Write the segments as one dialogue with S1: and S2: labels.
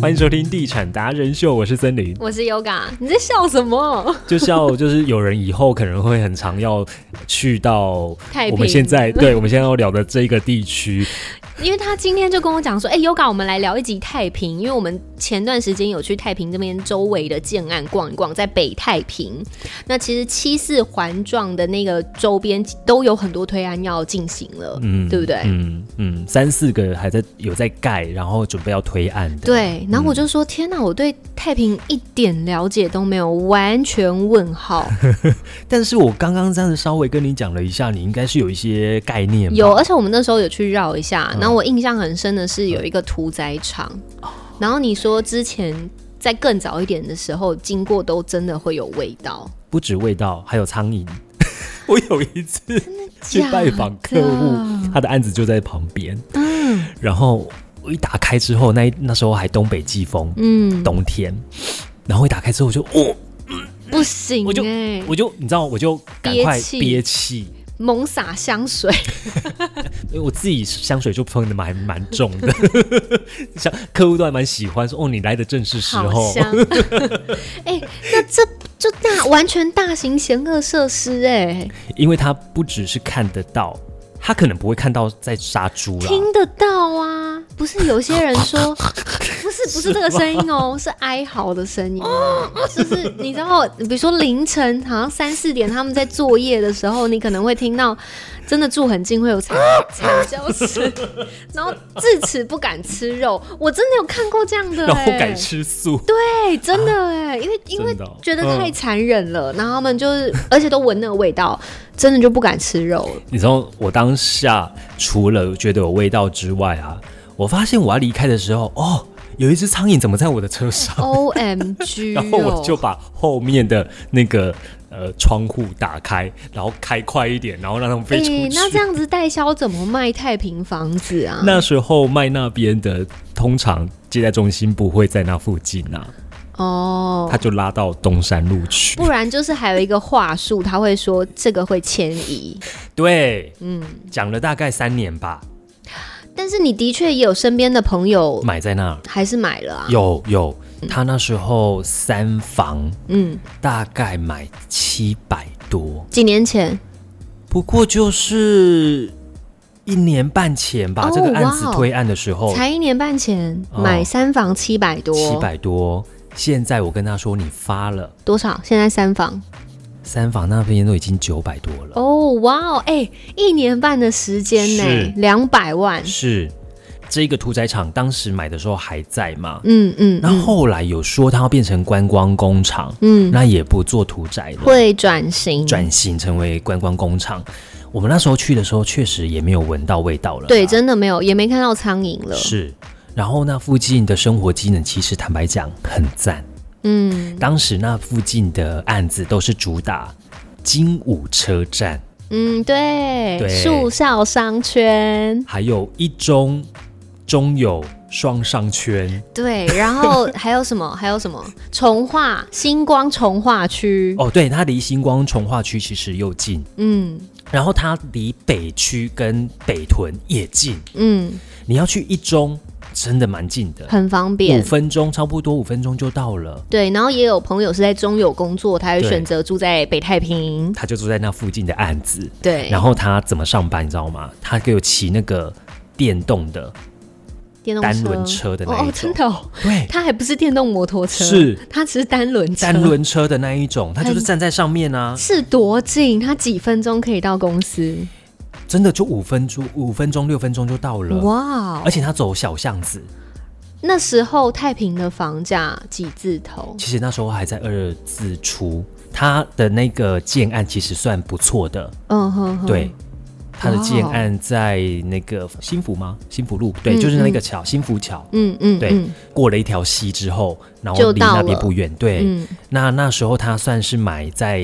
S1: 欢迎收听《地产达人秀》，我是森林。
S2: 我是 Yoga，你在笑什么？
S1: 就是要，就是有人以后可能会很常要去到
S2: 太平
S1: 我们现在，对我们现在要聊的这个地区，
S2: 因为他今天就跟我讲说，哎、y o g a 我们来聊一集太平，因为我们前段时间有去太平这边周围的建案逛一逛，在北太平。那其实七四环状的那个周边都有很多推案要进行了，
S1: 嗯，
S2: 对不对？
S1: 嗯嗯，三四个还在有在盖，然后准备要推案的，，
S2: 对，然后我就说：“天哪，我对太平一点了解都没有，完全问号。
S1: 但是我刚刚这样子稍微跟你讲了一下，你应该是有一些概念吧，
S2: 有，而且我们那时候有去绕一下，
S1: 嗯
S2: 然后我印象很深的是有一个屠宰场，
S1: 哦
S2: 然后你说之前在更早一点的时候经过都真的会有味道，
S1: 不止味道，还有苍 蝇。我有一次去
S2: 假
S1: 拜访客户
S2: 的，
S1: 他的案子就在旁边，
S2: 嗯
S1: 然后我一打开之后，那一那时候还东北季风，
S2: 嗯，
S1: 冬天，然后一打开之后我就哦，
S2: 不行
S1: 我就
S2: 哎、
S1: 我就你知道，我就赶快
S2: 憋气
S1: 憋气，
S2: 猛撒香水，
S1: 因为我自己香水就喷的蛮蛮重的， 像客户都还蛮喜欢，说哦你来的正是时
S2: 好
S1: 候，
S2: 香。 哎、那这就大完全大型险恶设施哎、
S1: 因为他不只是看得到，他可能不会看到在杀猪啦，
S2: 听得到啊！不是有些人 说，不是不是这个声音哦，是哀嚎的声音，啊就是你知道，比如说凌晨好像三四点他们在作业的时候，你可能会听到，真的住很近会有惨惨叫声，然后至此不敢吃肉。我真的有看过这样的、欸，
S1: 然后改吃素，
S2: 对，真的哎、因为因为
S1: 真的哦嗯
S2: 觉得太残忍了，然后他们就是，而且都闻那个味道，真的就不敢 吃肉了。
S1: 你知道我当下除了觉得有味道之外啊，我发现我要离开的时候，哦，有一只苍蝇怎么在我的车上？
S2: O M G！哦
S1: 然后我就把后面的那个呃窗户打开，然后开快一点，然后让它们飞出去。
S2: 诶哎那这样子代销怎么卖太平房子啊？
S1: 那时候卖那边的，通常接待中心不会在那附近啊，
S2: 哦
S1: 他，就拉到东山路去。
S2: 不然就是还有一个话术，他会说这个会迁移。
S1: 对，
S2: 嗯，
S1: 讲了大概三年吧，
S2: 但是你的确也有身边的朋友
S1: 买在那儿
S2: 还是买了啊。
S1: 有有，他那时候三房
S2: 嗯，
S1: 大概买七百多，
S2: 几年前
S1: 不过就是一年半前吧，
S2: 哦
S1: 这个案子
S2: 哇哦
S1: 推案的时候
S2: 才一年半前、
S1: 哦
S2: 买三房七百多，
S1: 七百多。现在我跟他说你发了，
S2: 多少？现在三房
S1: 三房那边都已经九百多了，
S2: 哦，哇哦，哎，一年半的时间
S1: 是
S2: 呢，两百万。
S1: 是这个屠宰场当时买的时候还在嘛？
S2: 嗯嗯
S1: 那后来有说它要变成观光工厂，
S2: 嗯，
S1: 那也不做屠宰了，
S2: 会转型，
S1: 转型成为观光工厂。我们那时候去的时候，确实也没有闻到味道了啦，
S2: 对，真的没有，也没看到苍蝇了。
S1: 是。然后那附近的生活机能，其实坦白讲很赞。
S2: 嗯
S1: 当时那附近的案子都是主打金武车站，
S2: 嗯，对，
S1: 对
S2: 树少商圈，
S1: 还有一中中友双商圈。
S2: 对，然后还有什么？还 有什么？从化星光从化区，
S1: 哦，对，它离星光从化区其实又近，
S2: 嗯
S1: 然后它离北区跟北屯也近。
S2: 嗯，
S1: 你要去一中，真的蛮近的，
S2: 很方
S1: 五
S2: 便。
S1: 分钟，差不多五分钟就到了。
S2: 对，然后也有朋友是在中友工作，他会
S1: 对
S2: 选择住在北太平。
S1: 他就住在那附近的案子，
S2: 对，
S1: 然后他怎么上班，你知道吗？他给我骑那个电动的，
S2: 电动
S1: 单轮车的那一
S2: 哦，哦
S1: 种
S2: 真的、哦，
S1: 对，
S2: 他还不是电动摩托车，
S1: 是
S2: 他只是单轮车。
S1: 单轮车的那一种，他就是
S2: 很
S1: 站在上面啊，
S2: 是多近？他几分钟可以到公司？
S1: 真的就五分钟、五分钟、六分钟就到了，
S2: 哇哦
S1: 而！且他走小巷子，
S2: 那时候太平的房价几字头？
S1: 其实那时候还在二字出，他的那个建案其实算不错的，
S2: 嗯哦哼哼，
S1: 对，他的建案在那个新福吗？新福路，对，就是那个桥，新福桥。
S2: 嗯嗯，
S1: 对
S2: 嗯
S1: 过了一条溪之后，然后
S2: 就
S1: 离
S2: 到
S1: 那边
S2: 了
S1: 不远。对，
S2: 嗯
S1: 那那时候他算是买在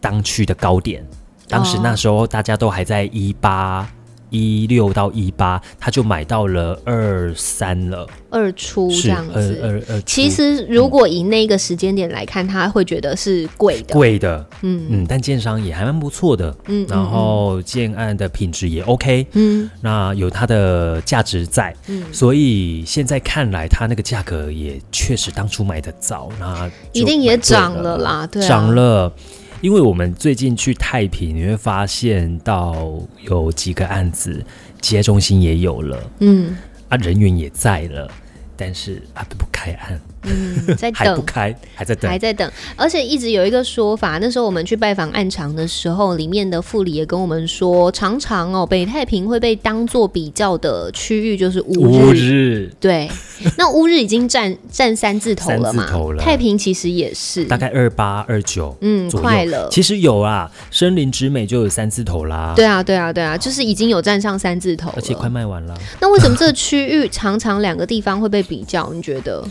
S1: 当区的高点，当时
S2: 哦
S1: 那时候大家都还在一八一六到一八，他就买到了二三了，
S2: 二出这
S1: 是
S2: 样
S1: 二
S2: 子。
S1: 二嗯二。
S2: 其实如果以那个时间点来看，他会觉得是贵的。
S1: 贵的，
S2: 嗯
S1: 嗯，但建商也还蛮不错的，
S2: 嗯嗯
S1: 然后建案的品质也 OK，
S2: 嗯，
S1: 那有它的价值在，
S2: 嗯
S1: 所以现在看来，它那个价格也确实当初买的早，那就
S2: 一定也
S1: 买对
S2: 涨了啦对啊
S1: 涨了。因为我们最近去太平，你会发现到有几个案子，企业中心也有了，
S2: 嗯
S1: 啊，人员也在了，但是啊不开案，
S2: 嗯，在
S1: 还不
S2: 等。
S1: 开，还在等
S2: 还，在等，而且一直有一个说法，那时候我们去拜访暗场的时候，里面的副理也跟我们说，常常哦，北太平会被当做比较的区域，就是乌
S1: 五日。
S2: 对，那乌日已经占占三字头了嘛，
S1: 三字头了
S2: 太平其实也是，
S1: 大概二八二九，
S2: 嗯
S1: 左右
S2: 快了
S1: 其实有啊，森林之美就有三字头啦，
S2: 对，啊对啊对啊，就是已经有占上三字头
S1: 而且快
S2: 了。
S1: 卖完了。
S2: 那为什么这个区域常常两个地方会被比较？你觉 得？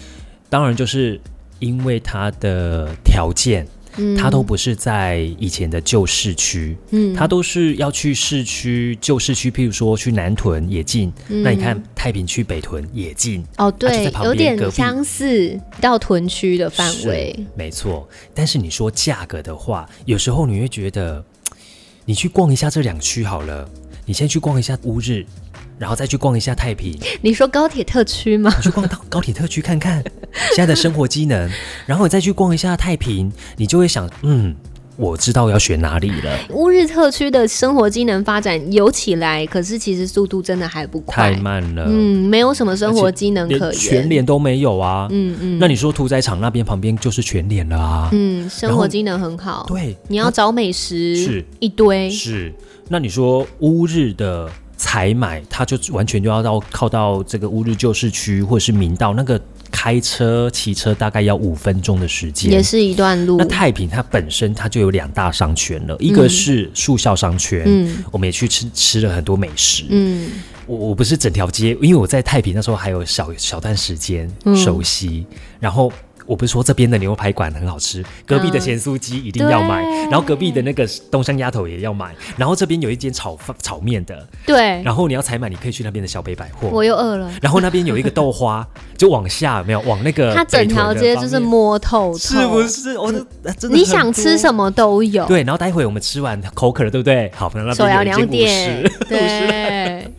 S1: 当然就是因为它的条件，
S2: 嗯，
S1: 它都不是在以前的旧市区，
S2: 嗯
S1: 它都是要去市区、旧市区，譬如说去南屯也近，
S2: 嗯
S1: 那你看太平区北屯也近。它
S2: 哦
S1: 就
S2: 对
S1: 在，旁
S2: 有
S1: 边隔
S2: 点
S1: 壁
S2: 相似到屯区的范围
S1: 是。没错，但是你说价格的话，有时候你会觉得，你去逛一下这两区好了，你先去逛一下乌日，然后再去逛一下太平，
S2: 你说高铁特区吗？
S1: 你去逛到高铁特区看看 现在的生活机能，然后你再去逛一下太平，你就会想，嗯，我知道要选哪里了。
S2: 乌日特区的生活机能发展有起来，可是其实速度真的还不快
S1: 太。慢了，
S2: 嗯，没有什么生活机能
S1: 连
S2: 可
S1: 全
S2: 言。
S1: 脸都没有啊。
S2: 嗯嗯
S1: 那你说屠宰场那边旁边就是全脸了啊？
S2: 嗯，生
S1: 然
S2: 活
S1: 后
S2: 机能很好。
S1: 对
S2: 你要找美食
S1: 是
S2: 一堆，
S1: 是。那你说乌日的采买，它就完全就要到靠到这个乌日旧市区或者是明道，那个开车骑车大概要五分钟的时间。
S2: 也是一段路
S1: 那。太平它本身它就有两大商圈了，一个是树校商圈，
S2: 嗯
S1: 我们也去吃吃了很多美食。
S2: 嗯
S1: 我我不是整条街，因为我在太平那时候还有小小段时间
S2: 嗯
S1: 熟悉，然后。我不是说这边的牛排馆很好吃，隔壁的咸酥鸡一定要买，
S2: 嗯对
S1: 然后隔壁的那个东山鸭头也要买，然后这边有一间炒饭炒面的，
S2: 对，
S1: 然后你要采买，你可以去那边的小北百货
S2: 哎我，又饿了。
S1: 然后那边有一个豆花，就往下有没有往那个
S2: 它整条街就是
S1: 摸，
S2: 摸透透，
S1: 是不？是？我、那真的
S2: 你
S1: 很
S2: 想吃
S1: 多
S2: 什么都有。
S1: 对，然后待会我们吃完口渴了，对不对？好，那那
S2: 手摇
S1: 边有一
S2: 两
S1: 间故事
S2: 点，， 对，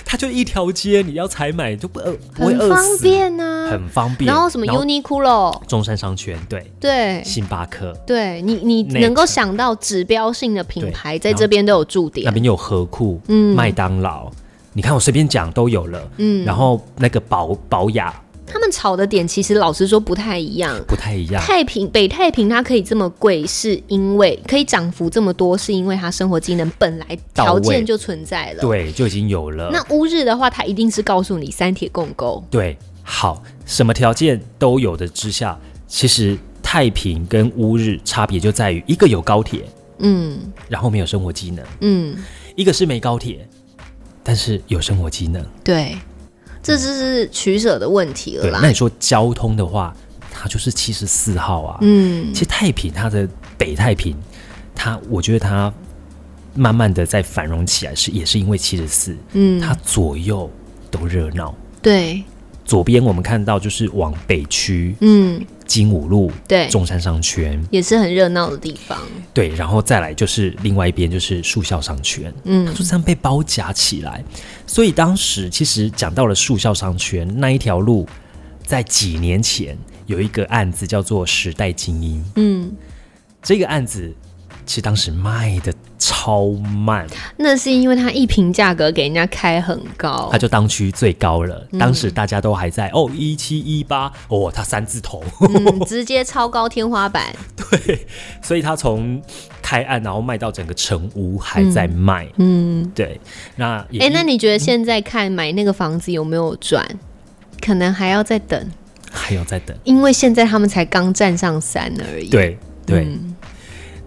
S1: 它就一条街，你要采买就不饿，呃不会
S2: 很
S1: 饿
S2: 方
S1: 死，
S2: 便呐。
S1: 很方便。
S2: 然后什么哎 Uniqlo，
S1: 中山商圈，对，
S2: 对
S1: 星巴克
S2: 对，你你
S1: Net
S2: 能够想到指标性的品牌，
S1: 对
S2: 在这边都有驻
S1: 那
S2: 点。
S1: 边有和库，
S2: 哎嗯
S1: 麦当劳，你看我随便讲都有了，
S2: 嗯
S1: 然后那个保保雅
S2: 他们炒的点其实老实说不太一样。
S1: 不太一样，
S2: 太平北太平它可以这么贵，是因为可以涨幅这么多，是因为它生活机能本来
S1: 到
S2: 条
S1: 位
S2: 件就存在了。
S1: 对，就已经有了。
S2: 那乌日的话，它一定是告诉你三铁共构。
S1: 对，好，什么条件都有的之下，其实太平跟乌日差别就在于一个有高铁，
S2: 嗯
S1: 然后没有生活机能。
S2: 嗯，
S1: 一个是没高铁，但是有生活机能。
S2: 对，这就是取舍的问题了
S1: 对，
S2: 啦。
S1: 那你说交通的话，它就是七十四号啊。
S2: 嗯
S1: 其实太平它的北太平，它我觉得它慢慢的在繁荣起来是，也是因为七十四，
S2: 嗯，
S1: 它左右都热闹。
S2: 对，
S1: 左边我们看到就是往北区
S2: 嗯
S1: 金武路、
S2: 对，
S1: 中山商圈，
S2: 也是很热闹的地方。
S1: 对，然后再来就是另外一边就是树校商圈，
S2: 嗯
S1: 就这样被包夹起来。所以当时其实讲到了树校商圈那一条路，在几年前有一个案子叫做“时代精英
S2: 嗯，”，
S1: 这个案子其实当时卖的超慢，
S2: 那是因为它一瓶价格给人家开很高
S1: 它。就当区最高了。
S2: 嗯
S1: 当时大家都还在哦一七一八哦，它三字头，
S2: 嗯，直接超高天花板。
S1: 所以它从开案然后卖到整个成屋还在卖。
S2: 嗯，
S1: 对，那也
S2: 哎、那你觉得现在看买那个房子有没有赚？可能还要再等，
S1: 还有在等。
S2: 因为现在他们才刚站上山而已。，
S1: 对对，
S2: 嗯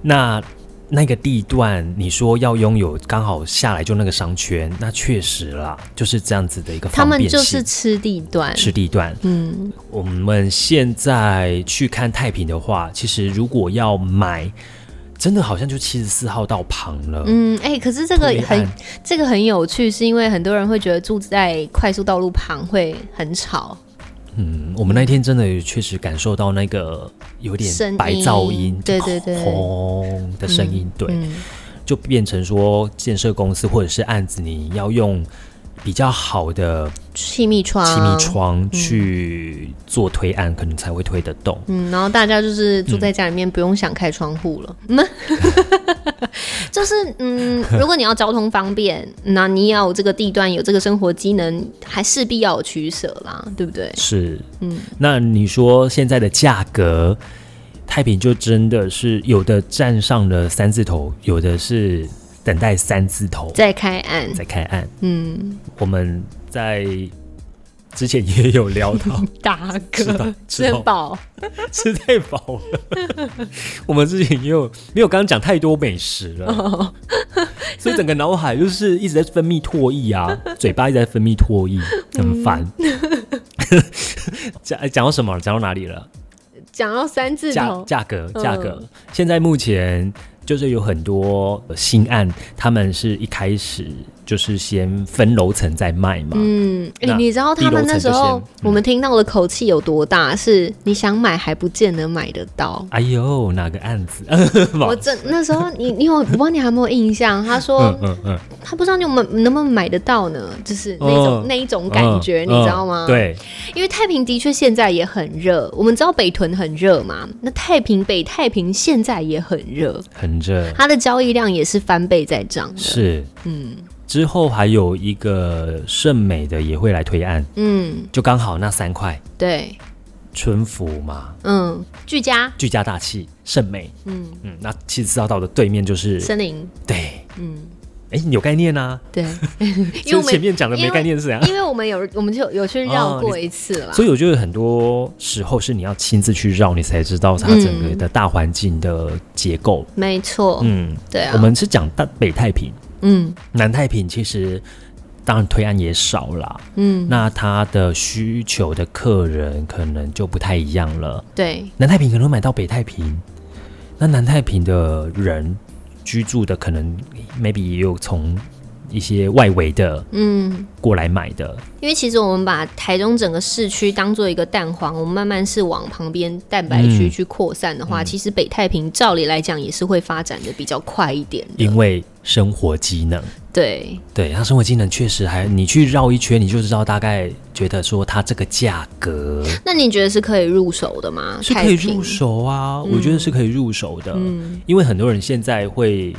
S1: 那那个地段，你说要拥有刚好下来就那个商圈，那确实啦，就是这样子的一个
S2: 他
S1: 方
S2: 们
S1: 便性。
S2: 就是吃地段。
S1: 是地段。
S2: 嗯
S1: 我们现在去看太平的话，其实如果要买真的好像就七十四号道旁了。
S2: 嗯，哎、可是这个
S1: 推案
S2: 很这个很有趣，是因为很多人会觉得住在快速道路旁会很吵，
S1: 嗯，我们那天真的也确实感受到那个有
S2: 声
S1: 点
S2: 音
S1: 白噪音，
S2: 对对对
S1: 轰的声音，对，
S2: 嗯，
S1: 就变成说建设公司或者是案子，你要用比较好的
S2: 气密窗，
S1: 气密，窗去做推案，可能才会推得动。
S2: 嗯，然后大家就是住在家里面，不用想开窗户了，嗯， 就是嗯，如果你要交通方便，那你也要有这个地段，有这个生活机能，还势必要有取舍啦，对不对？
S1: 是，嗯，那你说现在的价格，太平就真的是有的站上了三字头，有的是等待三字头
S2: 再开案，
S1: 再开案。
S2: 嗯，
S1: 我们在之前也有聊到
S2: 大
S1: 知道知
S2: 哥，
S1: 道
S2: 吃饱，
S1: 吃太饱了， 我们之前也有没有刚刚讲太多美食了，
S2: 哦
S1: 所以整个脑海就是一直在分泌唾液 啊，嘴巴一直在分泌唾液，很烦。
S2: 嗯
S1: 讲讲到什么了？讲到哪里了？
S2: 讲到三字
S1: 价
S2: 头，
S1: 价格
S2: 嗯
S1: 价格，现在目前就是有很多呃新案，他们是一开始就是先分楼层再卖嘛，
S2: 嗯，哎、
S1: 那
S2: 你知道他们那时
S1: 低楼层
S2: 候
S1: 就先嗯
S2: 我们听到的口气有多大？是你想买还不见得买得到。
S1: 哎呦，哪个案子？
S2: 哦我真那时候你你有我不知道你还有没有印象？他说、
S1: 嗯嗯嗯，
S2: 他不知道你们能不能买得到呢，就是那种、
S1: 嗯
S2: 那一种感觉，
S1: 嗯
S2: 你知道吗？
S1: 嗯，对，
S2: 因为太平的确现在也很热，我们知道北屯很热嘛，那太平北太平现在也很热，
S1: 很热，
S2: 它的交易量也是翻倍在涨的。
S1: 是，嗯。之后还有一个盛美的也会来推案，
S2: 嗯，
S1: 就刚好那三块
S2: 对，
S1: 春福嘛，
S2: 嗯，居家，
S1: 居家大气盛美，
S2: 嗯，
S1: 嗯，那七十四号道的对面就是
S2: 森林，
S1: 对，
S2: 嗯，
S1: 哎，你有概念啊？
S2: 对， 因为
S1: 就
S2: 我
S1: 是前
S2: 们
S1: 面讲的没概念是怎样？
S2: 因为我们有我们就有去绕过一次啦。
S1: 所以我觉得很多时候是你要亲自去绕，你才知道它整个的大环境的结构。
S2: 没错，
S1: 嗯，
S2: 对啊，
S1: 我们是讲大北太平，
S2: 嗯
S1: 南太平其实当然推案也少啦，
S2: 嗯，
S1: 那它的需求的客人可能就不太一样了。
S2: 对，
S1: 南太平可能会买到北太平，那南太平的人居住的可能 maybe 也有从一些外围的
S2: 嗯，
S1: 过来买的，
S2: 因为其实我们把台中整个市区当做一个蛋黄，我们慢慢是往旁边蛋白
S1: 嗯
S2: 区去扩散的话，其实北太平照理来讲也是会发展的比较快一点的
S1: 因。为生活机能。
S2: 对，
S1: 对，它生活机能确实还，你去绕一圈，你就知道大概觉得说它这个价格
S2: 那你觉得是可以入手的吗？
S1: 是可以
S2: 太平嗯
S1: 入，手啊，我觉得是可以入手的，因为很多人现在会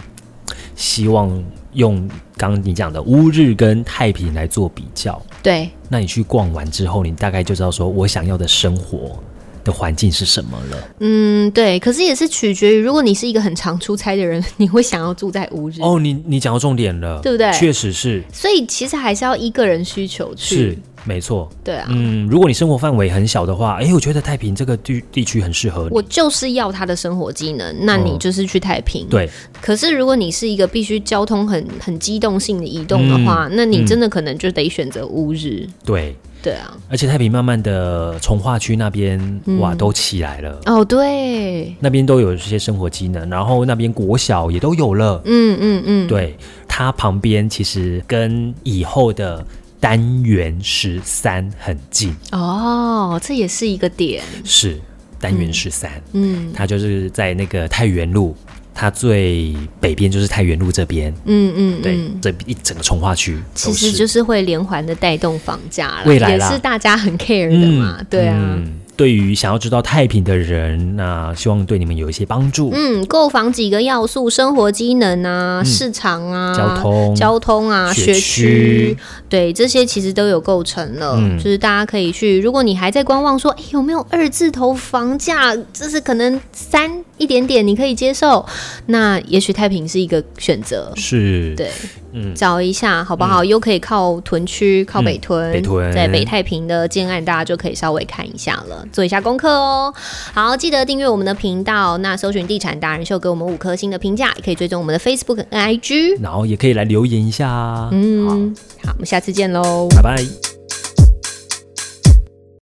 S1: 希望用刚刚你讲的乌日跟太平来做比较，
S2: 对，
S1: 那你去逛完之后，你大概就知道说我想要的生活的环境是什么了。
S2: 嗯，对，可是也是取决于，如果你是一个很常出差的人， 你会想要住在乌日，
S1: 哦，你你讲到重点了，
S2: 对不对
S1: 确实是
S2: 所以其实还是要依个人需求去，
S1: 是没错。
S2: 对啊。
S1: 嗯，如果你生活范围很小的话，哎，我觉得太平这个地地区很适合
S2: 我
S1: 你。
S2: 就是要他的生活技能，那你
S1: 嗯
S2: 就是去太平。
S1: 对，
S2: 可是如果你是一个必须交通很很机动性的移动的话，
S1: 嗯
S2: 那你真的可能就得选择乌日。
S1: 对，
S2: 对啊，
S1: 而且太平慢慢的从化区那边、
S2: 嗯
S1: 哇都起来了，
S2: 哦对，
S1: 那边都有这些生活机能，然后那边国小也都有了。
S2: 嗯嗯嗯，
S1: 对，它旁边其实跟以后的单元十三很近，
S2: 哦，这也是一个点。
S1: 是单元十三、
S2: 嗯
S1: 它就是在那个太原路，它最北边就是太原路这边，
S2: 嗯嗯，
S1: 对，
S2: 嗯
S1: 这一整个从化区
S2: 其
S1: 都
S2: 实
S1: 是。
S2: 就是会连环的带动房价啦，
S1: 未来
S2: 也
S1: 啦
S2: 是大家很 care 的嘛。对啊。
S1: 嗯，对于想要知道太平的人，那希望对你们有一些帮助。
S2: 嗯，购房几个要素：生活机能啊、市场啊、
S1: 嗯交通
S2: 交通啊、
S1: 学
S2: 学
S1: 区
S2: 区，对，这些其实都有构成了。
S1: 嗯
S2: 就是大家可以去，如果你还在观望说，诶有没有二字头房价，就是可能三一点点，你可以接受，那也许太平是一个选择。
S1: 是，
S2: 对，
S1: 嗯
S2: 找一下好不好？又可以靠屯区、靠北屯，
S1: 嗯北屯
S2: 在北太平的建案，大家就可以稍微看一下了，做一下功课哦。好，记得订阅我们的频道，那搜寻“地产达人秀”，给我们五颗星的评价，也可以追踪我们的 Facebook 跟 IG。嗯
S1: 然后也可以来留言一下啊。
S2: 嗯，好，我们下次见喽。
S1: 拜拜。